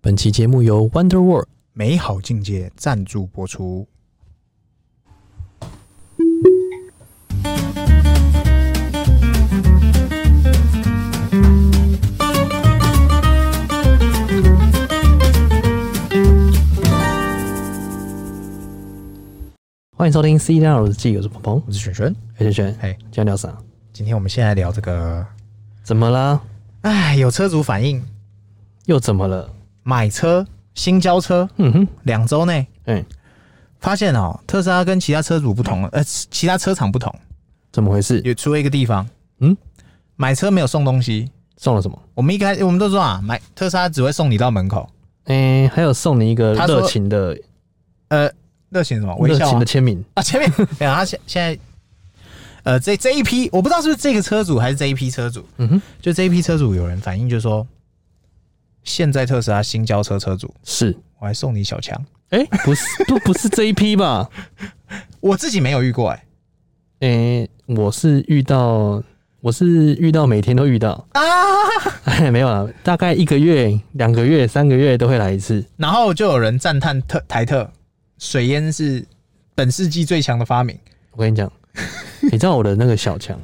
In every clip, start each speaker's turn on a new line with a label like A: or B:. A: 本期节目由 Wonder World
B: 美好境界赞助播出。
A: 欢迎收听《C 大佬日记》，我是鹏鹏，
B: 我是璇璇，
A: 哎，轩轩，
B: 嘿，
A: 今天聊啥？
B: 今天我们先来聊这个，
A: 怎么啦？
B: 哎，有车主反映
A: 又怎么了？
B: 买车新交车
A: 嗯哼，
B: 两周内
A: 哎、
B: 发现哦，特斯拉跟其他车主不同，呃，其他车厂不同，
A: 怎么回事？
B: 也出了一个地方，
A: 嗯，
B: 买车没有送东西。
A: 送了什么？
B: 我们一开我们都说啊，买特斯拉只会送你到门口，
A: 哎、还有送你一个
B: 他说
A: 热情的
B: 呃，热情什么微
A: 热
B: 笑
A: 情
B: 啊
A: 的签名，
B: 啊，前面没有，他现现在，呃，这这一批我不知道是不是这个车主还是这一批车主，
A: 嗯哼，
B: 就这一批车主有人反映就说，现在特斯拉新交车车主，
A: 是。
B: 我还送你小强，
A: 哎、不是，不不是这一批吧？
B: 我自己没有遇过哎、
A: 哎、我是遇到，我是遇到每天都遇到，
B: 啊，
A: 哎，没有啊，大概一个月、两个月、三个月都会来一次。
B: 然后就有人赞叹特台特水淹是本世纪最强的发明，
A: 我跟你讲，你知道我的那个小强，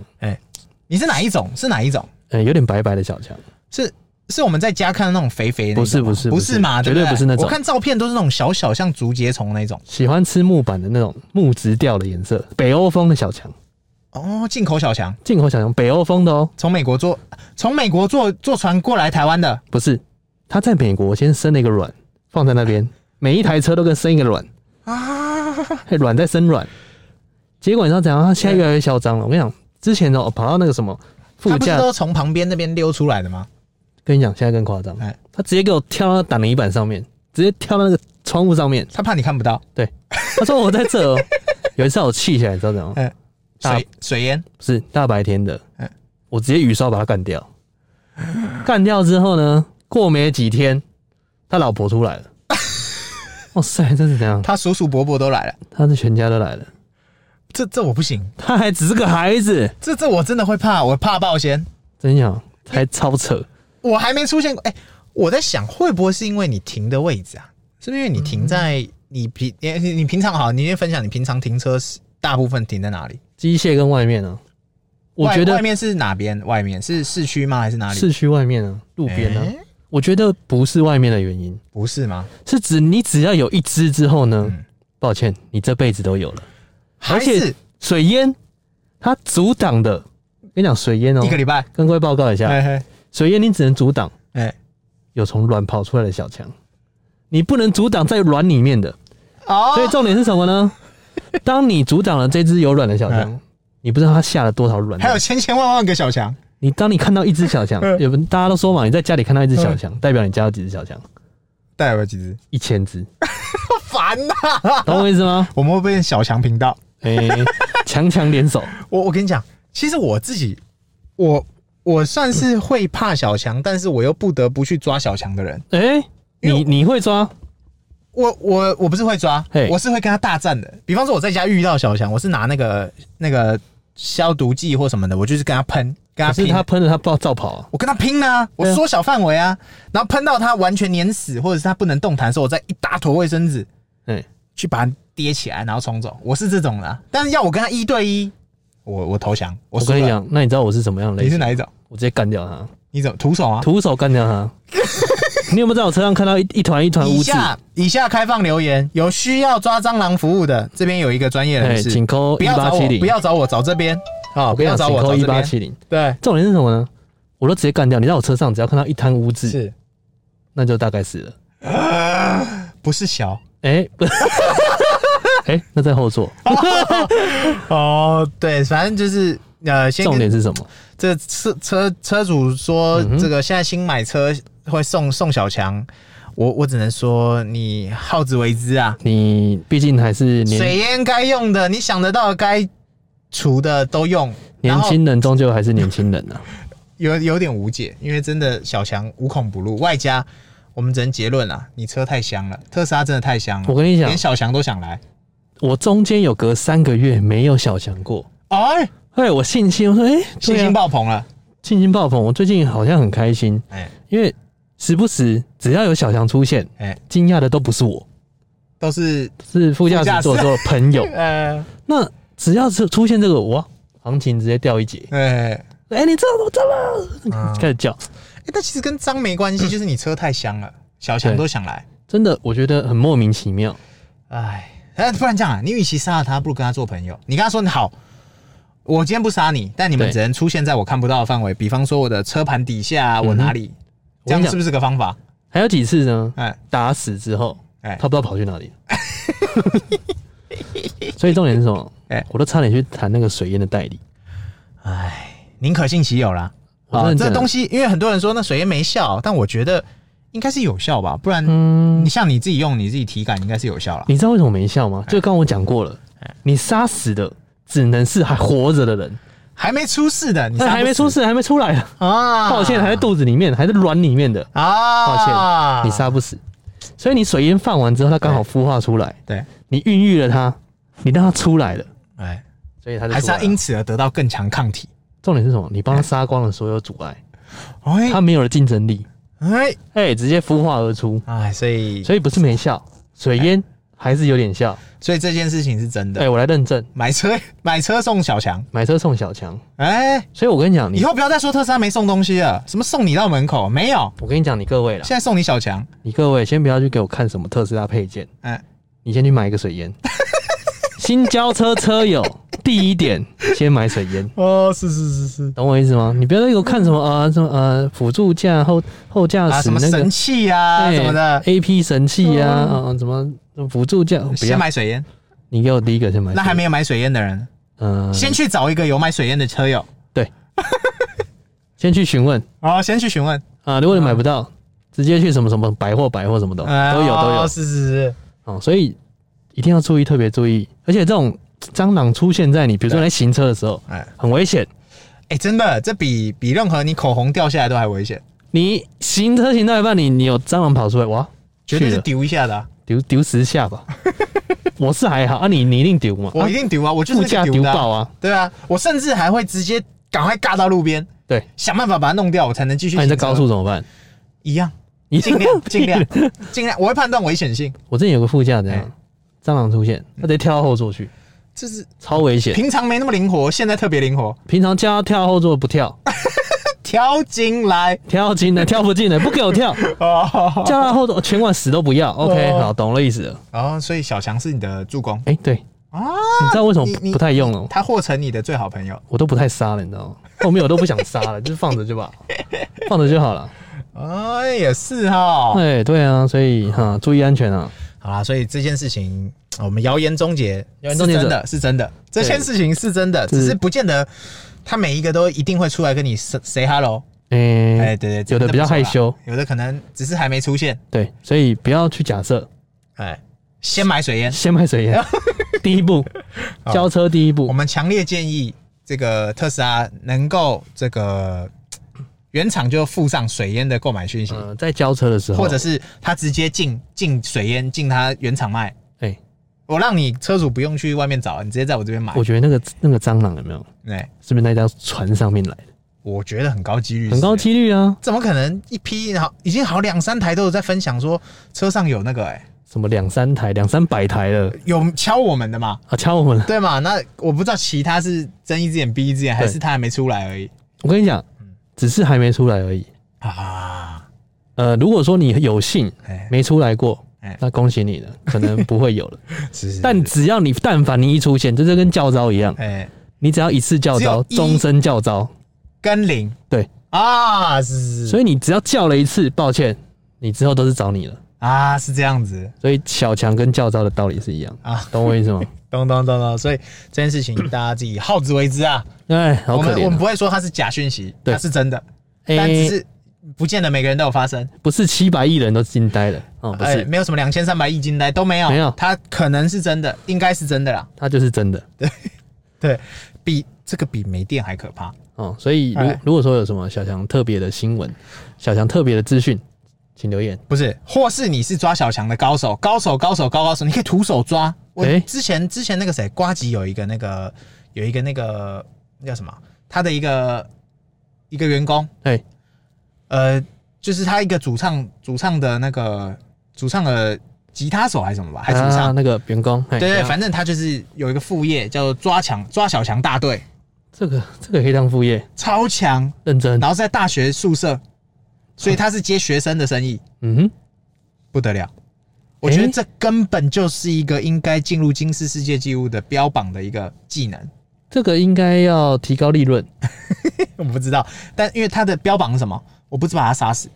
B: 你是哪一种？是哪一种？
A: 呃，有点白白的小强，
B: 是是我们在家看的那种肥肥的
A: 不
B: 那种吗，
A: 是不是
B: 不
A: 不
B: 是
A: 是
B: 嘛，
A: 绝
B: 对
A: 对
B: 不
A: 不是那种
B: 我看照片都是那种小小像竹节虫那种，
A: 喜欢吃木板的那种木质调的颜色，北欧风的小强，
B: 哦，进口小强。
A: 进口小强，北欧风的哦，
B: 从美国坐从美国坐坐船过来台湾的，
A: 不是，他在美国先生了一个卵，放在那边，每一台车都跟生一个卵啊，嘿卵再生卵，结果你知道怎样？他现在越来越嚣张了。我跟你讲，之前哦跑到那个什么
B: 他
A: 副
B: 不是
A: 驾，
B: 都从旁边那边溜出来的吗？
A: 跟你讲现在更夸张
B: 哎，
A: 他直接给我跳到挡泥板上面，直接跳到那个窗户上面。
B: 他怕你看不到，
A: 他说我在这、哦，有一次我气起来，你知道怎样吗？大
B: 水水淹
A: 不是大白天的
B: 嗯，
A: 我直接雨刷把他干掉。干掉之后呢，过没几天，他老婆出来 了。哇塞，这是怎样？
B: 他叔叔伯伯都来了，
A: 他的全家都来了，
B: 这这我不行，
A: 他还只是个孩子，
B: 这这我真的会怕，我怕爆先，
A: 真想还超扯。
B: 我还没出现过，哎、我在想会不会是因为你停的位置啊？是不是因为你停在
A: 嗯
B: 你平你你你平常好，你先分享你平常停车是大部分停在哪里？
A: 机械跟外面啊，我
B: 外
A: 觉
B: 外
A: 得
B: 面是哪边？外面是市区吗？还是哪里？
A: 市区外面啊，路边啊，
B: 哎
A: 我觉得不是外面的原因，
B: 不是吗？
A: 是指你只要有一只之后呢，
B: 嗯
A: 抱歉，你这辈子都有了。而
B: 还
A: 且
B: 是
A: 水淹，它阻挡的，跟你讲水淹哦
B: 一，个礼拜？
A: 跟各位报告一下，
B: 哎哎
A: 水淹你只能阻挡
B: 哎，
A: 有从卵跑出来的小强，你不能阻挡在卵里面的。
B: 哦
A: 所以重点是什么呢？当你阻挡了这只有卵的小强，你不知道它下了多少卵。
B: 还有千千万万个小强，
A: 你当你看到一只小强，
B: 嗯
A: 有大家都说嘛，你在家里看到一只小强，代表你家有几只小强？
B: 带了几只？
A: 一千只，
B: 烦
A: 啊
B: 呐、
A: 懂我意思 吗？
B: 我们会不会变小强频道？
A: 哎、强强联手，
B: 我我跟你讲，其实我自己，我我算是会怕小强，但是我又不得不去抓小强的人。
A: 哎、
B: 因为
A: 你你会抓？
B: 我我我不是会抓
A: 嘿，
B: 我是会跟他大战的。比方说我在家遇到小强，我是拿那个那个消毒剂或什么的，我就是跟他喷，跟
A: 可
B: 他
A: 是
B: 拼。
A: 它喷了，它爆照跑、啊，
B: 我跟他拼啊！我缩小范围啊，然后喷到他完全碾死，或者是他不能动弹的时候，我再一大坨卫生纸
A: 哎、
B: 去把它跌起来，然后冲走。我是这种的啊、但是要我跟他一对一，我我投降。我
A: 我
B: 输
A: 跟你
B: 了
A: 讲，那你知道我是什么样的类
B: 你是
A: 型？
B: 哪一种？
A: 我直接干掉它，
B: 你怎么徒手啊？
A: 徒手干掉 它。你有没有在我车上看到一一团一团污
B: 以
A: 渍？
B: 下以下开放留言，有需要抓蟑螂服务的，这边有一个专业
A: 哎、
B: 人士，
A: 请扣
B: 不
A: 一
B: 要
A: 八
B: 找
A: 七
B: 我，
A: 零
B: 不。要找我，找这边。好，
A: 我
B: 不
A: 跟你
B: 要
A: 讲，
B: 找
A: 请
B: 我，
A: 扣
B: 找
A: 一
B: 这
A: 八
B: 边。
A: 七零。
B: 对，
A: 重点是什么呢？我都直接干掉。你在我车上只要看到一滩污渍，
B: 是
A: 那就大概死了。
B: 不是小？
A: 哎、 不，哎、那在后座。
B: 哦，对，反正就是呃，先
A: 重
B: 跟
A: 点嗯是什么？
B: 这车车车主说，这个现在新买车会送送小强，我我只能说你好自为之啊。
A: 你毕竟还是年
B: 水淹该用的，你想得到该除的都用，
A: 年
B: 然后
A: 轻人，终究还是年轻人啊。
B: 有有点无解，因为真的小强无孔不入，外加我们只能结论啊，你车太香了，特斯拉真的太香了。
A: 我跟你讲
B: 连小强都想来。
A: 我中间有隔三个月没有小强过，
B: 哎，
A: 哎，我信心，我说，哎、
B: 信
A: 对
B: 心
A: 啊，
B: 爆棚了。
A: 信心爆棚。我最近好像很开心，
B: 哎，
A: 因为时不时只要有小强出现，
B: 哎，
A: 惊讶的都不是我，
B: 都是
A: 是副驾
B: 副驾
A: 驶
B: 驶。
A: 座座的朋友
B: 呃
A: 那只要是出现这个，哇，行情直接掉一截。
B: 哎哎，
A: 哎、你知道我怎么
B: 啊
A: 了？开始叫，
B: 但其实跟脏 没关系，就是你车太香了，小强
A: 对
B: 都想来，
A: 真的我觉得很莫名其妙。
B: 哎，哎，不然这样啊，你与其杀了他，不如跟他做朋友。你跟他说你好，我今天不杀你，但你们
A: 对
B: 只能出现在我看不到的范围，比方说我的车盘底下啊，我哪
A: 嗯
B: 里，这
A: 我跟你
B: 样
A: 讲
B: 是不是个方法？
A: 还有几次呢？
B: 哎
A: 打死之后，
B: 哎
A: 他不知道跑去哪里了。 所以重点是什么？
B: 哎
A: 我都差点去谈那个水烟的代理。
B: 哎，宁可信其有啦。
A: 我真的觉
B: 啊
A: 得
B: 这东西，因为很多人说那水烟没效，但我觉得应该是有效吧，不然
A: 嗯
B: 你像你自己用你自己体感应该是有效啦。
A: 你知道为什么没效吗？
B: 哎
A: 就刚我讲过了，你杀死的只能是还活着的人，
B: 还没出事的，你
A: 但
B: 杀
A: 哎还没
B: 不
A: 出事，还没出来呢。
B: 啊？
A: 抱歉，还在肚子里面，还在卵里面的，
B: 啊？
A: 抱歉你杀不死。所以你水烟放完之后，它刚好孵化出来，
B: 对，
A: 你孕育了它，你让它出来了，
B: 哎，
A: 所以它就
B: 还是
A: 出来
B: 要
A: 了
B: 因此而得到更强抗体。
A: 重点是什么？你帮它杀光了所有阻碍，
B: 哎
A: 它没有了竞争力，
B: 哎
A: 哎、直接孵化而出。
B: 哎，所以
A: 所以不是没效，水烟还是有点效。
B: 所以这件事情是真
A: 哎、
B: 的。
A: 我来认证，
B: 买车买车送小强，
A: 买车送小强。
B: 哎，
A: 所以我跟你讲，
B: 以
A: 你
B: 后不要再说特斯拉没送东西了，什么送你到门口没有，
A: 我跟你讲，你各位啦，
B: 现在送你小强，
A: 你各位先不要去给我看什么特斯拉配件，
B: 哎，
A: 你先去买一个水 烟。新交车车友第一点，先买水烟，
B: 哦，是是是是。
A: 懂我意思吗？你不要再给我看什么啊什么呃辅助架后后驾
B: 啊，
A: 驶
B: 什么
A: 那个
B: 神器啊，
A: 哎
B: 什么的，
A: A P 神器呀啊什么辅助架，不
B: 先
A: 要，
B: 买水烟。
A: 你给我第一个先买水烟。
B: 那还没有买水烟的人，
A: 嗯，
B: 先去找一个有买水烟的车友，
A: 先去询问
B: 哦，先去询问，
A: 啊，如果你买不到，直接去什么什么百货百货什么的
B: 哎
A: 都有都有
B: 哦。是是是，
A: 哦，所以一定要注意，特别注意。而且这种蟑螂出现在你，比如说你在行车的时候，
B: 哎
A: 很危险。
B: 哎，真的，这比比任何你口红掉下来都还危险，
A: 你行车行到一半，你你有蟑螂跑出来，哇，
B: 绝
A: 去
B: 对是
A: 了，
B: 丢一下的啊，
A: 丢丢十下 吧。我是还好啊，你你一定丢嘛，
B: 我
A: 啊
B: 一定丢啊，我就是
A: 副
B: 那
A: 驾
B: 个
A: 丢
B: 丢的啊，
A: 爆啊，
B: 对啊，我甚至还会直接赶快尬到路边，
A: 对。
B: 想办法把它弄掉，我才能继续
A: 那
B: 行
A: 你
B: 车。
A: 在高速怎么办？
B: 一样，
A: 你
B: 尽量尽量尽量，我会判断危险性，
A: 我之前有个副驾怎样
B: 哎，
A: 蟑螂出现，他直接跳到后座去，
B: 这是
A: 超危险。
B: 平常没那么灵活，现在特别灵活，
A: 平常叫他跳后座不跳，
B: 跳进来
A: 跳进来跳不进来，不给我跳，
B: 哦
A: 叫他后座全管死都不要。OK，
B: 哦
A: 好，懂了意思了。
B: 哦，所以小强是你的助攻
A: 哎，对，
B: 啊，
A: 你知道为什
B: 你
A: 么
B: 你
A: 不太用了吗？
B: 他或成你的最好朋友
A: 我都不太杀了，你知道吗？后面我都不想杀了，就是放着就吧，放着就好 了。
B: 哦，也是哈。
A: 哎，对啊，所以哈，注意安全啊。
B: 好啦，所以这件事情我们谣言终结，
A: 谣言终结
B: 是
A: 者
B: 真的是真的，这件事情是真的，
A: 对
B: 只是不见得他每一个都一定会出来跟你 say say hello。哎，
A: 哎，
B: 对对，
A: 有的比较
B: 真不错啦
A: 害羞，
B: 有的可能只是还没出现。
A: 对，所以不要去假设，
B: 哎，先买水烟。
A: 先买水 烟，第一步，
B: 好
A: 交车第一
B: 我
A: 步，
B: 们强烈建议这个特斯拉能够这个嘖原厂就附上水烟的购买讯息，
A: 呃，在交车的时候，
B: 或者是他直接进进水烟进他原厂卖。
A: 哎，
B: 我让你车主不用去外面找，你直接在我这边买
A: 我。觉得那个那个蟑螂有没有，
B: 哎，
A: 是不是那张船上面来的？
B: 我觉得很高几率是，
A: 很高几率啊，
B: 怎么可能一批然后已经好两三台都有在分享说车上有那个哎、
A: 什么两三台、两三百台了
B: 有敲我们的嘛？
A: 啊，敲我们了。
B: 对嘛？那我不知道其他是睁一只眼闭一只眼，还是他还没出来而已
A: 我跟你讲，
B: 嗯
A: 只是还没出来而已。
B: 啊？
A: 呃，如果说你有幸
B: 哎，
A: 没出来过
B: 哎，
A: 那恭喜你了，可能不会 有了。
B: 是是
A: 但只要你但凡你一出现，这就跟教招一样，
B: 哎，
A: 你只要一次教招，
B: 只有一嗯
A: 终身教招。
B: 跟零
A: 对，
B: 啊，是是是
A: 所以你只要叫了一次，抱歉，你之后都是找你了。
B: 啊，是这样子，
A: 所以小强跟教招的道理是一样
B: 啊，
A: 懂我意 思吗？
B: 咚咚咚咚。所以这件事情大家自己好自为之啊。
A: 哎，好
B: 我
A: 可
B: 们我
A: 怜
B: 们
A: 啊！
B: 不会说它是假讯息，
A: 对
B: 它是真的，但只
A: 哎，
B: 是不见得每个人都有发生。
A: 不是七百亿人都惊呆了哦，不
B: 哎
A: 是，
B: 没有什么两千三百亿金呆都没有，
A: 没有
B: 它可能是真的，应该是真的啦。
A: 他就是真的
B: 对比这个比没电还可怕。
A: 哦。所以如
B: 哎
A: 如果说有什么小强特别的新闻，小强特别的资讯，请留言。
B: 不是，或是你是抓小强的高手，高手，高手，高高手，你可以徒手抓。我
A: 哎
B: 之前、之前那个谁，瓜吉有一个那个有一个那个那叫什么，他的一个一个员工，
A: 哎，
B: 呃，就是他一个主唱，主唱的那个主唱的吉他手还是什么吧，还是主唱
A: 啊、，那个员工，嘿
B: 对对，
A: 啊
B: 反正他就是有一个副业叫做抓强抓小强大队，
A: 这个这个可以当副业，
B: 超强，
A: 认真
B: 然，后在大学宿舍，所以他是接学生的生意，
A: 嗯哼，
B: 不得了。我觉得
A: 诶
B: 这根本就是一个应该进入金氏世界纪录的标榜的一个技能。
A: 这个应该要提高利润，
B: 我不知道，但因为他的标榜是什么，我不是把他杀死，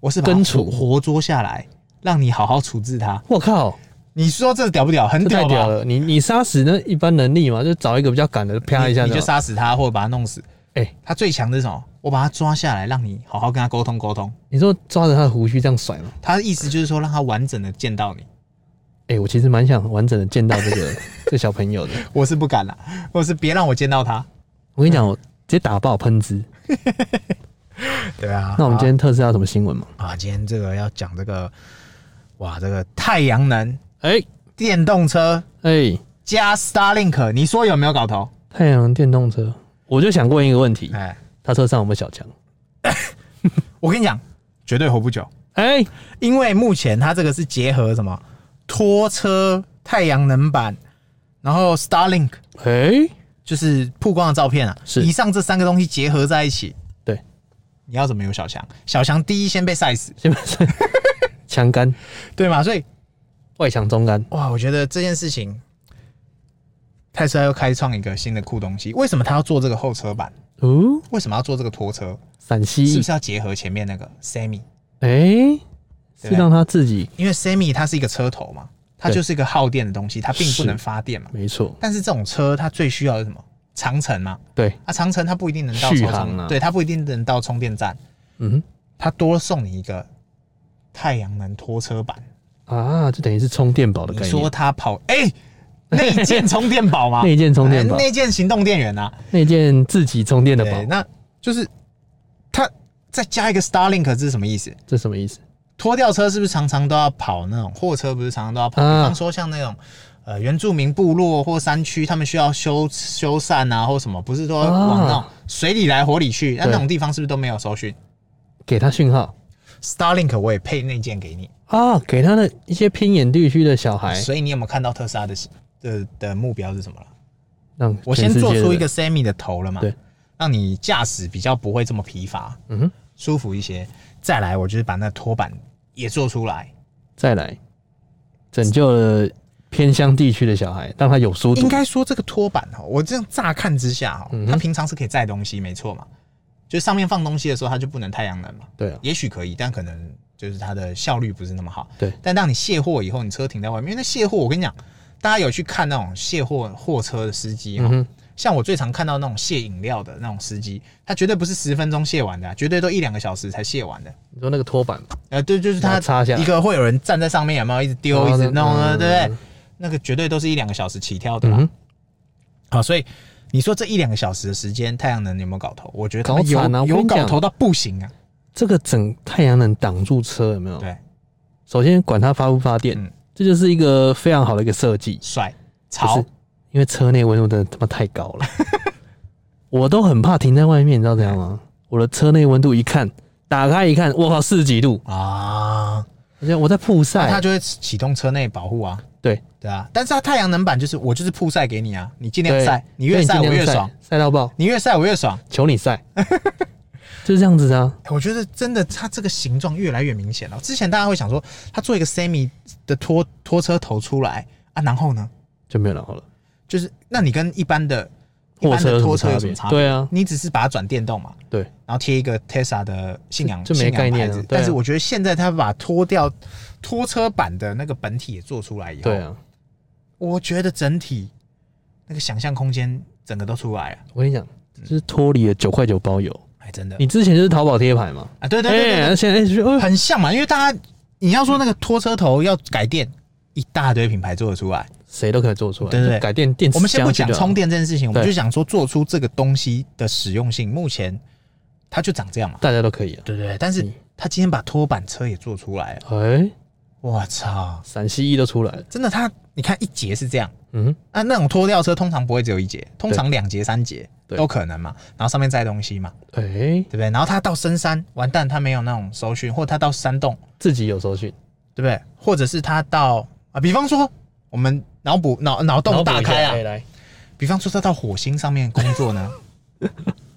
B: 我是把他
A: 根除
B: 活捉下来，让你好好处置他。
A: 我靠，
B: 你说这屌不屌？很
A: 这太
B: 屌吧？
A: 屌了！你你杀死那一般能力嘛，就找一个比较敢的，啪一下
B: 你，你就
A: 好。
B: 杀死他或者把他弄死。
A: 哎
B: 他最强的是什么？我把他抓下来，让你好好跟他沟通沟通。
A: 你说抓着他的胡须这样甩嘛？
B: 他的意思就是说，让他完整的见到你。
A: 哎、我其实蛮想完整的见到这 个这小朋友的。
B: 我是不敢啦，我是别让我见到他。
A: 我跟你讲，我直接打爆喷子。
B: 对啊
A: 那我们今天特斯拉有什么新闻吗？
B: 啊，今天这个要讲这个，哇，这个太阳能
A: 哎、
B: 电动车
A: 哎、
B: 加 Starlink，你说有没有搞头？
A: 太阳能电动车，我就想问一个问题：
B: 哎，
A: 他车上有没有小强？
B: 我跟你讲，绝对活不久，
A: 哎、
B: 因为目前它这个是结合什么拖车、太阳能板，然后 Starlink
A: 哎、
B: 就是曝光的照片啊，
A: 是
B: 以上这三个东西结合在一起，
A: 对，
B: 你要怎么有小强？小强第一先被晒死，
A: 先不 是强杆、
B: 对吗？所以
A: 外强中干，
B: 哇，我觉得这件事情，特斯拉又开创一个新的酷东西。为什么他要做这个后车版？
A: 哦，
B: 为什么要做这个拖车？
A: 陕
B: 是
A: 西
B: 不，是要结合前面那个 Semi？
A: 哎、
B: 对
A: 是让他自己，
B: 因为 Semi 它是一个车头嘛，它
A: 对
B: 就是一个耗电的东西，它并不
A: 是
B: 能发电嘛。
A: 没错，
B: 但是这种车它最需要的是什么？长城嘛，
A: 对，
B: 啊，长城它不一定能到
A: 续
B: 超
A: 航
B: 充
A: 啊
B: 对，它不一定能到充电站，
A: 嗯
B: 它多送你一个太阳能拖车版。
A: 哼啊，就等于是充电宝的
B: 你
A: 概
B: 说
A: 念，
B: 它跑哎、内建充电宝吗？
A: 内建充电宝
B: 哎，内建行动电源啊。
A: 内建自己充电的
B: 对，
A: 宝，
B: 那就是它再加一个 Starlink 这是什么意思？
A: 这什么意思？
B: 拖吊车是不是常常都要跑那种货车？不是常常都要跑？
A: 啊
B: 比方说像那种呃原住民部落或山区，他们需要修修缮啊，或什么，不是说
A: 啊
B: 往那种水里来火里去？那
A: 对
B: 那种地方是不是都没有搜讯
A: 给他讯号
B: ？Starlink 我也配内建给你，
A: 啊，给他的一些偏远地区的小孩，
B: 所以你有没有看到特斯拉的的的目标是什么了？
A: 让
B: 我
A: 全
B: 先
A: 世
B: 做
A: 界的
B: 出一
A: 人
B: 个 semi 的头了嘛，
A: 对，
B: 让你驾驶比较不会这么疲乏，
A: 嗯哼，
B: 舒服一些。再来，我就是把那拖板也做出来，
A: 再来拯救了偏乡地区的小孩，让他有书读
B: 应。该说这个拖板哈，我这样乍看之下哈，
A: 嗯哼
B: 它平常是可以载东西，没错嘛，就上面放东西的时候它就不能太阳能嘛，
A: 对啊，
B: 也许可以，但可能就是它的效率不是那么好。
A: 对，
B: 但当你卸货以后，你车停在外面，因为那卸货我跟你讲，大家有去看那种卸货货车的司机哈，
A: 嗯哼，
B: 像我最常看到那种卸饮料的那种司机，他绝对不是十分钟卸完的啊、绝对都一两个小时才卸完的。
A: 你说那个拖板嘛，
B: 呃，对，就是
A: 然
B: 他
A: 后插下来
B: 一个会有人站在上面，有没有一直丢、
A: 哦
B: 一直
A: 那
B: 弄呢？
A: 嗯
B: 对不对？那个绝对都是一两个小时起跳的
A: 嗯
B: 啦。
A: 哼，
B: 好，所以你说这一两个小时的时间，太阳能有没有搞头？我觉得他们
A: 搞
B: 有、
A: 惨啊我跟
B: 有
A: 你讲
B: 搞头到不行啊。
A: 这个整太阳能挡住车有没有？
B: 对，
A: 首先管它发不发电，
B: 嗯
A: 这就是一个非常好的一个设计，
B: 帅
A: 就
B: 潮
A: 是因为车内温度真的他妈太高了， 我都很怕停在外面，你知道怎样吗？我的车内温度一看，打开一看，我靠，四十几度，
B: 啊，
A: 我在我在曝
B: 那它
A: 晒，
B: 就会启动车内保护啊。
A: 哎对
B: 对啊，但是它太阳能板就是我就是曝晒给你啊，你尽量
A: 对，
B: 晒，你
A: 对
B: 越晒
A: 尽
B: 我
A: 量
B: 越爽，，
A: 晒到爆，
B: 你越晒我越爽。
A: 求你 晒，就是这样子的啊。
B: 我觉得真的，它这个形状越来越明显了。之前大家会想说，它做一个 semi 的拖拖车头出来啊，然后呢，
A: 就没有然后了。
B: 就是那你跟一般的一
A: 货
B: 般
A: 车
B: 的
A: 有
B: 拖
A: 什
B: 车
A: 么
B: 有
A: 差
B: 什
A: 别
B: 么差？别？
A: 对啊，
B: 你只是把它转电动嘛，
A: 对，
B: 然后贴一个 Tesla 的信仰
A: 就就没概念啊
B: 信仰牌子
A: 对啊
B: 但是我觉得现在它把脱掉拖车版的那个本体也做出来以后，
A: 对，啊。
B: 我觉得整体那个想象空间整个都出来了。
A: 我跟你讲，
B: 嗯
A: 就是脱离了九块九包邮。
B: 哎，真的
A: 你之前就是淘宝贴牌嘛，
B: 啊，对对对对
A: 哎，
B: 对
A: 现在就哎
B: 很像嘛，因为大家你要说那个拖车头要改电，一大堆品牌做得出来。
A: 谁都可以做出来，
B: 对对对
A: 就改电电池
B: 我们先不
A: 箱嗯
B: 讲
A: 就好
B: 充，电这件事情，我们
A: 对
B: 就讲说做出这个东西的实用性。目前它就长这样嘛，
A: 大家都可以啊。
B: 对对对。但是
A: 嗯
B: 他今天把拖板车也做出来了，
A: 哎，
B: 我操，
A: 陕西一都出来了。
B: 真的它，你看一节是这样
A: 嗯，
B: 啊，那种拖吊车通常不会只有一节，通常两节、三节
A: 对
B: 都可能嘛，然后上面载东西嘛，
A: 哎、
B: 对不对？然后他到深山，完蛋，他没有那种搜讯，或他到山洞，
A: 自己有收讯，
B: 对不对？或者是他到啊，比方说我们脑补脑脑洞大开
A: 然后补一下哎
B: 啊，
A: 来，
B: 比方说他到火星上面工 作呢，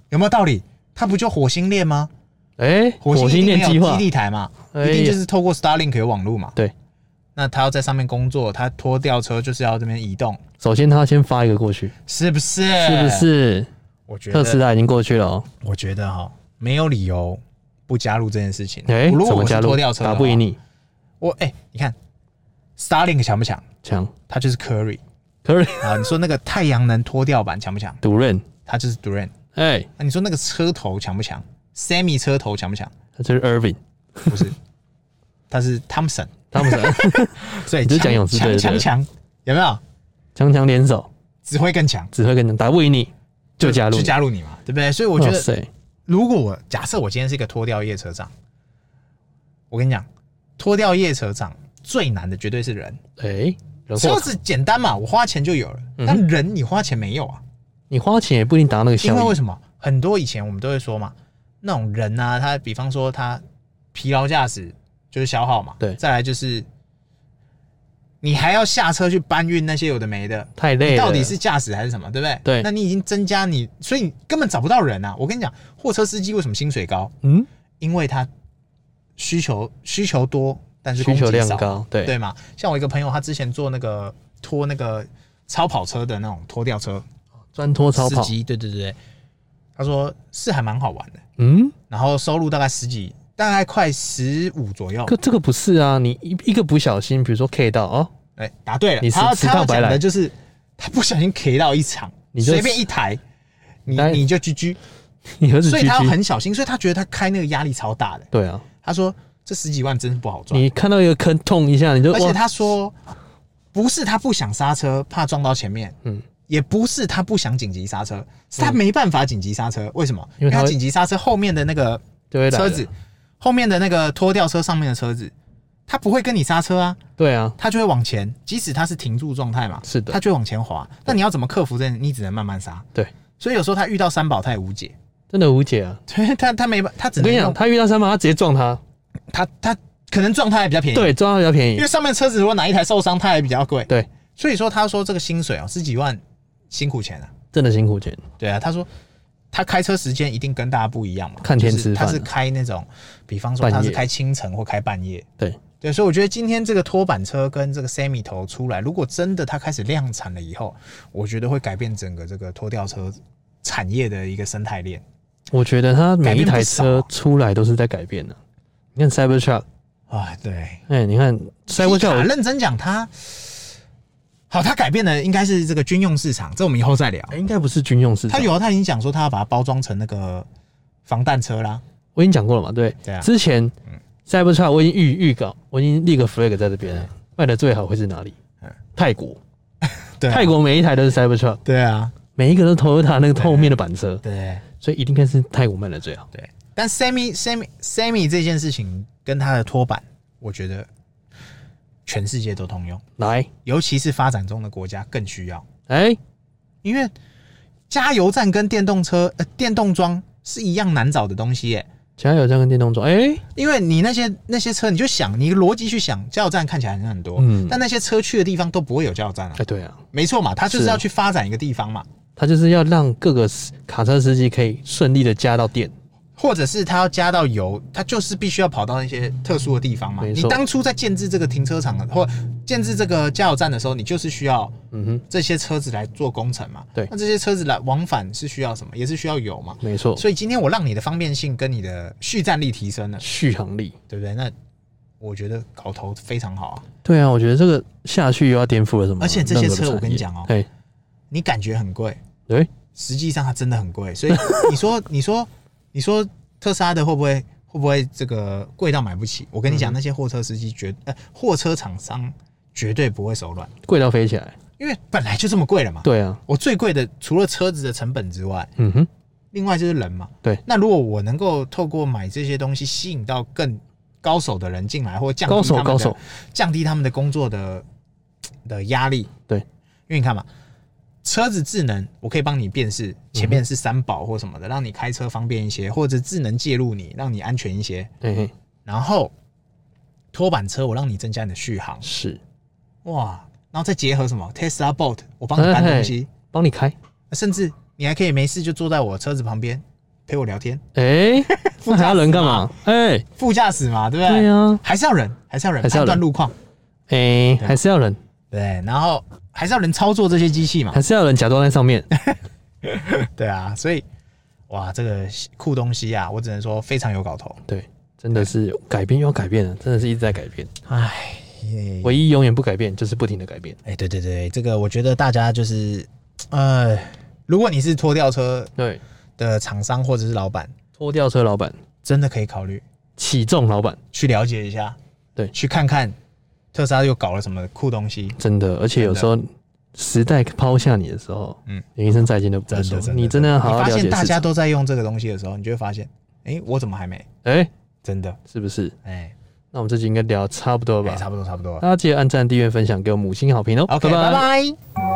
B: 有没有道理？他不就火星链吗？
A: 哎、
B: 火
A: 火
B: 星
A: 星
B: 一定
A: 链
B: 没
A: 计
B: 有
A: 划
B: 基，地台嘛，
A: 哎呀
B: 一定就是透过 Starlink 有网络嘛。
A: 对，
B: 那他要在上面工作，他拖吊车就是要这边移动，
A: 首先他先发一个过去，
B: 是不是？
A: 是不？是？
B: 我觉
A: 特斯
B: 得，
A: 拉已经过去了哦、
B: 我觉得哈，没有理由不加入这件事情。
A: 哎、
B: 如果
A: 怎么
B: 哦我
A: 加
B: 是
A: 入
B: 拖吊？车啊的话，
A: 打不赢你，
B: 我哎、你看 Starlink 强不强？
A: 强，
B: 它就是 Curry
A: 可 是
B: 啊。你说那个太阳能脱掉版强不强？
A: 独任，
B: 它就是 Durant。
A: 哎、
B: 那、你说那个车头强不强？Sammy 车头强不强？
A: 他就是 Irving，
B: 不是，它是 Thompson。
A: 他们 是
B: 所以
A: 你就
B: 强
A: 讲勇士队对
B: 强强
A: 了
B: 强，有没有？
A: 强强联手，
B: 只会更强，
A: 只会跟你打不赢你就加入哦
B: 就
A: 你，
B: 加入你嘛，对不对？所以我觉
A: 哇
B: 得，
A: 塞，
B: 如果我假设我今天是一个脱掉夜车长，我跟你讲，脱掉夜车长最难的绝对是人。
A: 哎、人货
B: 车子简单嘛，我花钱就有了，
A: 嗯哼
B: 但人你花钱没有啊？
A: 你花钱也不一定达到那个效
B: 因为为
A: 益，
B: 什么很多以前我们都会说嘛，那种人啊，他比方说他疲劳驾驶就是消耗嘛，
A: 对
B: 再来就是你还要下车去搬运那些有的没的，
A: 太累
B: 你
A: 了，
B: 到底是驾驶还是什么，对不对？
A: 对
B: 那你已经增加你，所以你根本找不到人啊！我跟你讲，货车司机为什么薪水高？
A: 嗯，
B: 因为他需求需求多，但是
A: 需求
B: 供给
A: 量
B: 少
A: 高，对，
B: 对嘛？像我一个朋友，他之前做那个拖那个超跑车的那种拖吊车，
A: 专拖超
B: 司
A: 跑，
B: 机，对对对对，他说是还蛮好玩的，
A: 嗯，
B: 然后收入大概十几，大概快十五左右。
A: 可这个不是啊，你一一个不小心，比如说 K 到哦，
B: 哎，答对了，
A: 你是
B: 他要
A: 迟
B: 他
A: 到
B: 要
A: 白
B: 讲
A: 来
B: 的就是他不小心 K 到一场，
A: 你就
B: 随便一台，你
A: 当然
B: 你就 GG，
A: 你儿子
B: 所以
A: GG，
B: 他要很小心，所以他觉得他开那个压力超大的。
A: 对啊，
B: 他说这十几万真是不好赚，
A: 你看到一个坑痛一下，你就
B: 而且
A: 哇，
B: 他说不是他不想刹车，怕撞到前面，
A: 嗯，
B: 也不是他不想紧急刹车，是他没办法紧急刹车。为什么？
A: 因为
B: 因为
A: 他
B: 他
A: 会
B: 紧急刹车后面的那个
A: 就会来了
B: 车子，后面的那个拖吊车上面的车子，它不会跟你刹车啊，
A: 对啊，
B: 它就会往前，即使它是停住状态嘛，
A: 是的
B: 它就会往前滑。那你要怎么克服这？你只能慢慢刹。
A: 对，
B: 所以有时候他遇到三宝，他也无解，
A: 真的无解啊。
B: 对他他没办，他只
A: 我跟
B: 能
A: 你讲，
B: 用
A: 他遇到三马，他直接撞他，
B: 他他可能状态还比较便宜，，
A: 对，撞他比较便
B: 因
A: 宜
B: 为，上面车子如果哪一台受伤，它也比较贵。
A: 对，
B: 所以说他说这个薪水哦、十几万，辛苦钱啊。
A: 真的辛苦钱，
B: 对啊，他说他开车时间一定跟大家不一样嘛，
A: 看天吃饭啊
B: 就是他是开那种，比方说
A: 半夜
B: 他是开清晨或开半夜。
A: 对
B: 对，所以我觉得今天这个拖板车跟这个 semi 头出来，如果真的它开始量产了以后，我觉得会改变整个这个拖吊车产业的一个生态链
A: 我觉得他每一台
B: 改变
A: 车
B: 不
A: 出来都是在改变的、你看 Cybertruck，
B: 啊。对，
A: 哎、你看
B: 皮卡
A: Cybertruck，
B: 认真讲它。好，它改变的应该是这个军用市场，这我们以后再聊。
A: 哎、应该不是军用市
B: 他
A: 场，
B: 有啊，他已经讲说他要把它包装成那个防弹车啦。
A: 我已经讲过了嘛，对，
B: 对啊
A: 之前 Cybertruck 我已经预预告，我已经立个 flag 在这边了，卖的最好会是哪里
B: 嗯？
A: 泰国，
B: 对啊
A: 泰国每一台都是 Cybertruck，
B: 对啊，
A: 每一个都 Toyota 那个后面的板车，
B: 对。
A: 所以一定该是泰国卖的最好。
B: 对，但 Sammy Sammy Sammy 这件事情跟他的拖板，我觉得全世界都通用，
A: 来，
B: 尤其是发展中的国家更需要，
A: 哎、
B: 因为加油站跟电动车呃电动桩是一样难找的东西耶。
A: 加油站跟电动车，哎、
B: 因为你那些那些车，你就想你逻辑去想，加油站看起来好像很多，
A: 嗯
B: 但那些车去的地方都不会有加油站啊
A: 哎、，对啊，
B: 没错嘛，他就是是
A: 啊
B: 要去发展一个地方嘛，
A: 他就是要让各个司卡车司机可以顺利的加到电，
B: 或者是他要加到油，他就是必须要跑到那些特殊的地方嘛。
A: 没错
B: 你当初在建制这个停车场的或建制这个加油站的时候，你就是需要
A: 嗯哼，
B: 这些车子来做工程嘛。
A: 对
B: 那这些车子来往返是需要什么？也是需要油嘛。
A: 没错，
B: 所以今天我让你的方便性跟你的续战力提升了，
A: 续航力。
B: 对不对？那我觉得搞头非常好啊。
A: 对啊，我觉得这个下去又要颠覆了什么？
B: 而且这些
A: 任何的
B: 车我
A: 产
B: 跟你
A: 业
B: 讲哦
A: 哎，
B: 你感觉很贵，
A: 对，
B: 实际上它真的很贵。所以你说， 你说，你说特斯拉的会不会会不会这个贵到买不起？我
A: 嗯
B: 跟你讲，那些货车司机绝呃货车厂商绝对不会手软，
A: 贵到飞起来。
B: 因为本来就这么贵了嘛。
A: 对啊，
B: 我最贵的除了车子的成本之外，
A: 嗯哼，
B: 另外就是人嘛。
A: 对
B: 那如果我能够透过买这些东西吸引到更高手的人进来，或降低
A: 高手
B: 他们
A: 高
B: 的
A: 手，
B: 降低他们的工作的的压力。
A: 对
B: 因为你看嘛，车子智能，我可以帮你辨识前面是三宝或什么的，让你开车方便一些，或者智能介入你，让你安全一些。
A: 对，
B: 然后拖板车，我让你增加你的续航，
A: 是
B: 哇！然后再结合什么 Tesla Bot，我帮你搬东西，
A: 帮你开。
B: 甚至你还可以没事就坐在我车子旁边陪我聊天，
A: 哎、 那还要人干嘛？哎、
B: 副驾驶嘛，对不对？
A: 对啊，
B: 还是要人，还是要人
A: 还是要人
B: 判断路况，
A: 哎、
B: 啊
A: 还是要人，
B: 对，然后还是要人操作这些机器嘛，
A: 还是要人假装在上 面。
B: 对啊，所以哇，这个酷东西啊，我只能说非常有搞头。
A: 对，真的是改变又要改变了，真的是一直在改变。
B: 唉，
A: 唯一永远不改变就是不停的改变。
B: 哎，对对对，这个我觉得大家就是，呃，如果你是拖吊车
A: 对，
B: 的厂商或者是老板，
A: 拖吊车老板、
B: 真的可以考虑
A: 起重老板，
B: 去了解一下，
A: 对
B: 去看看特斯拉又搞了什么酷东西。
A: 真的，而且有时候时代抛下你的时候，
B: 嗯
A: 嗯，连一声再见都不
B: 真
A: 再
B: 的
A: 说
B: 真，的
A: 你真的要好好
B: 你
A: 了
B: 发
A: 解
B: 现大
A: 市
B: 家
A: 场。
B: 都在用这个东西的时候，你就会发现，哎、我怎么还没？
A: 哎、
B: 真的，
A: 是不是？
B: 哎、
A: 那我们这集应该聊差不多
B: 对
A: 吧？
B: 哎差不多，差不多。
A: 大家记得按赞、订阅、分享，给我们五星好评哦。
B: OK，拜拜。
A: 拜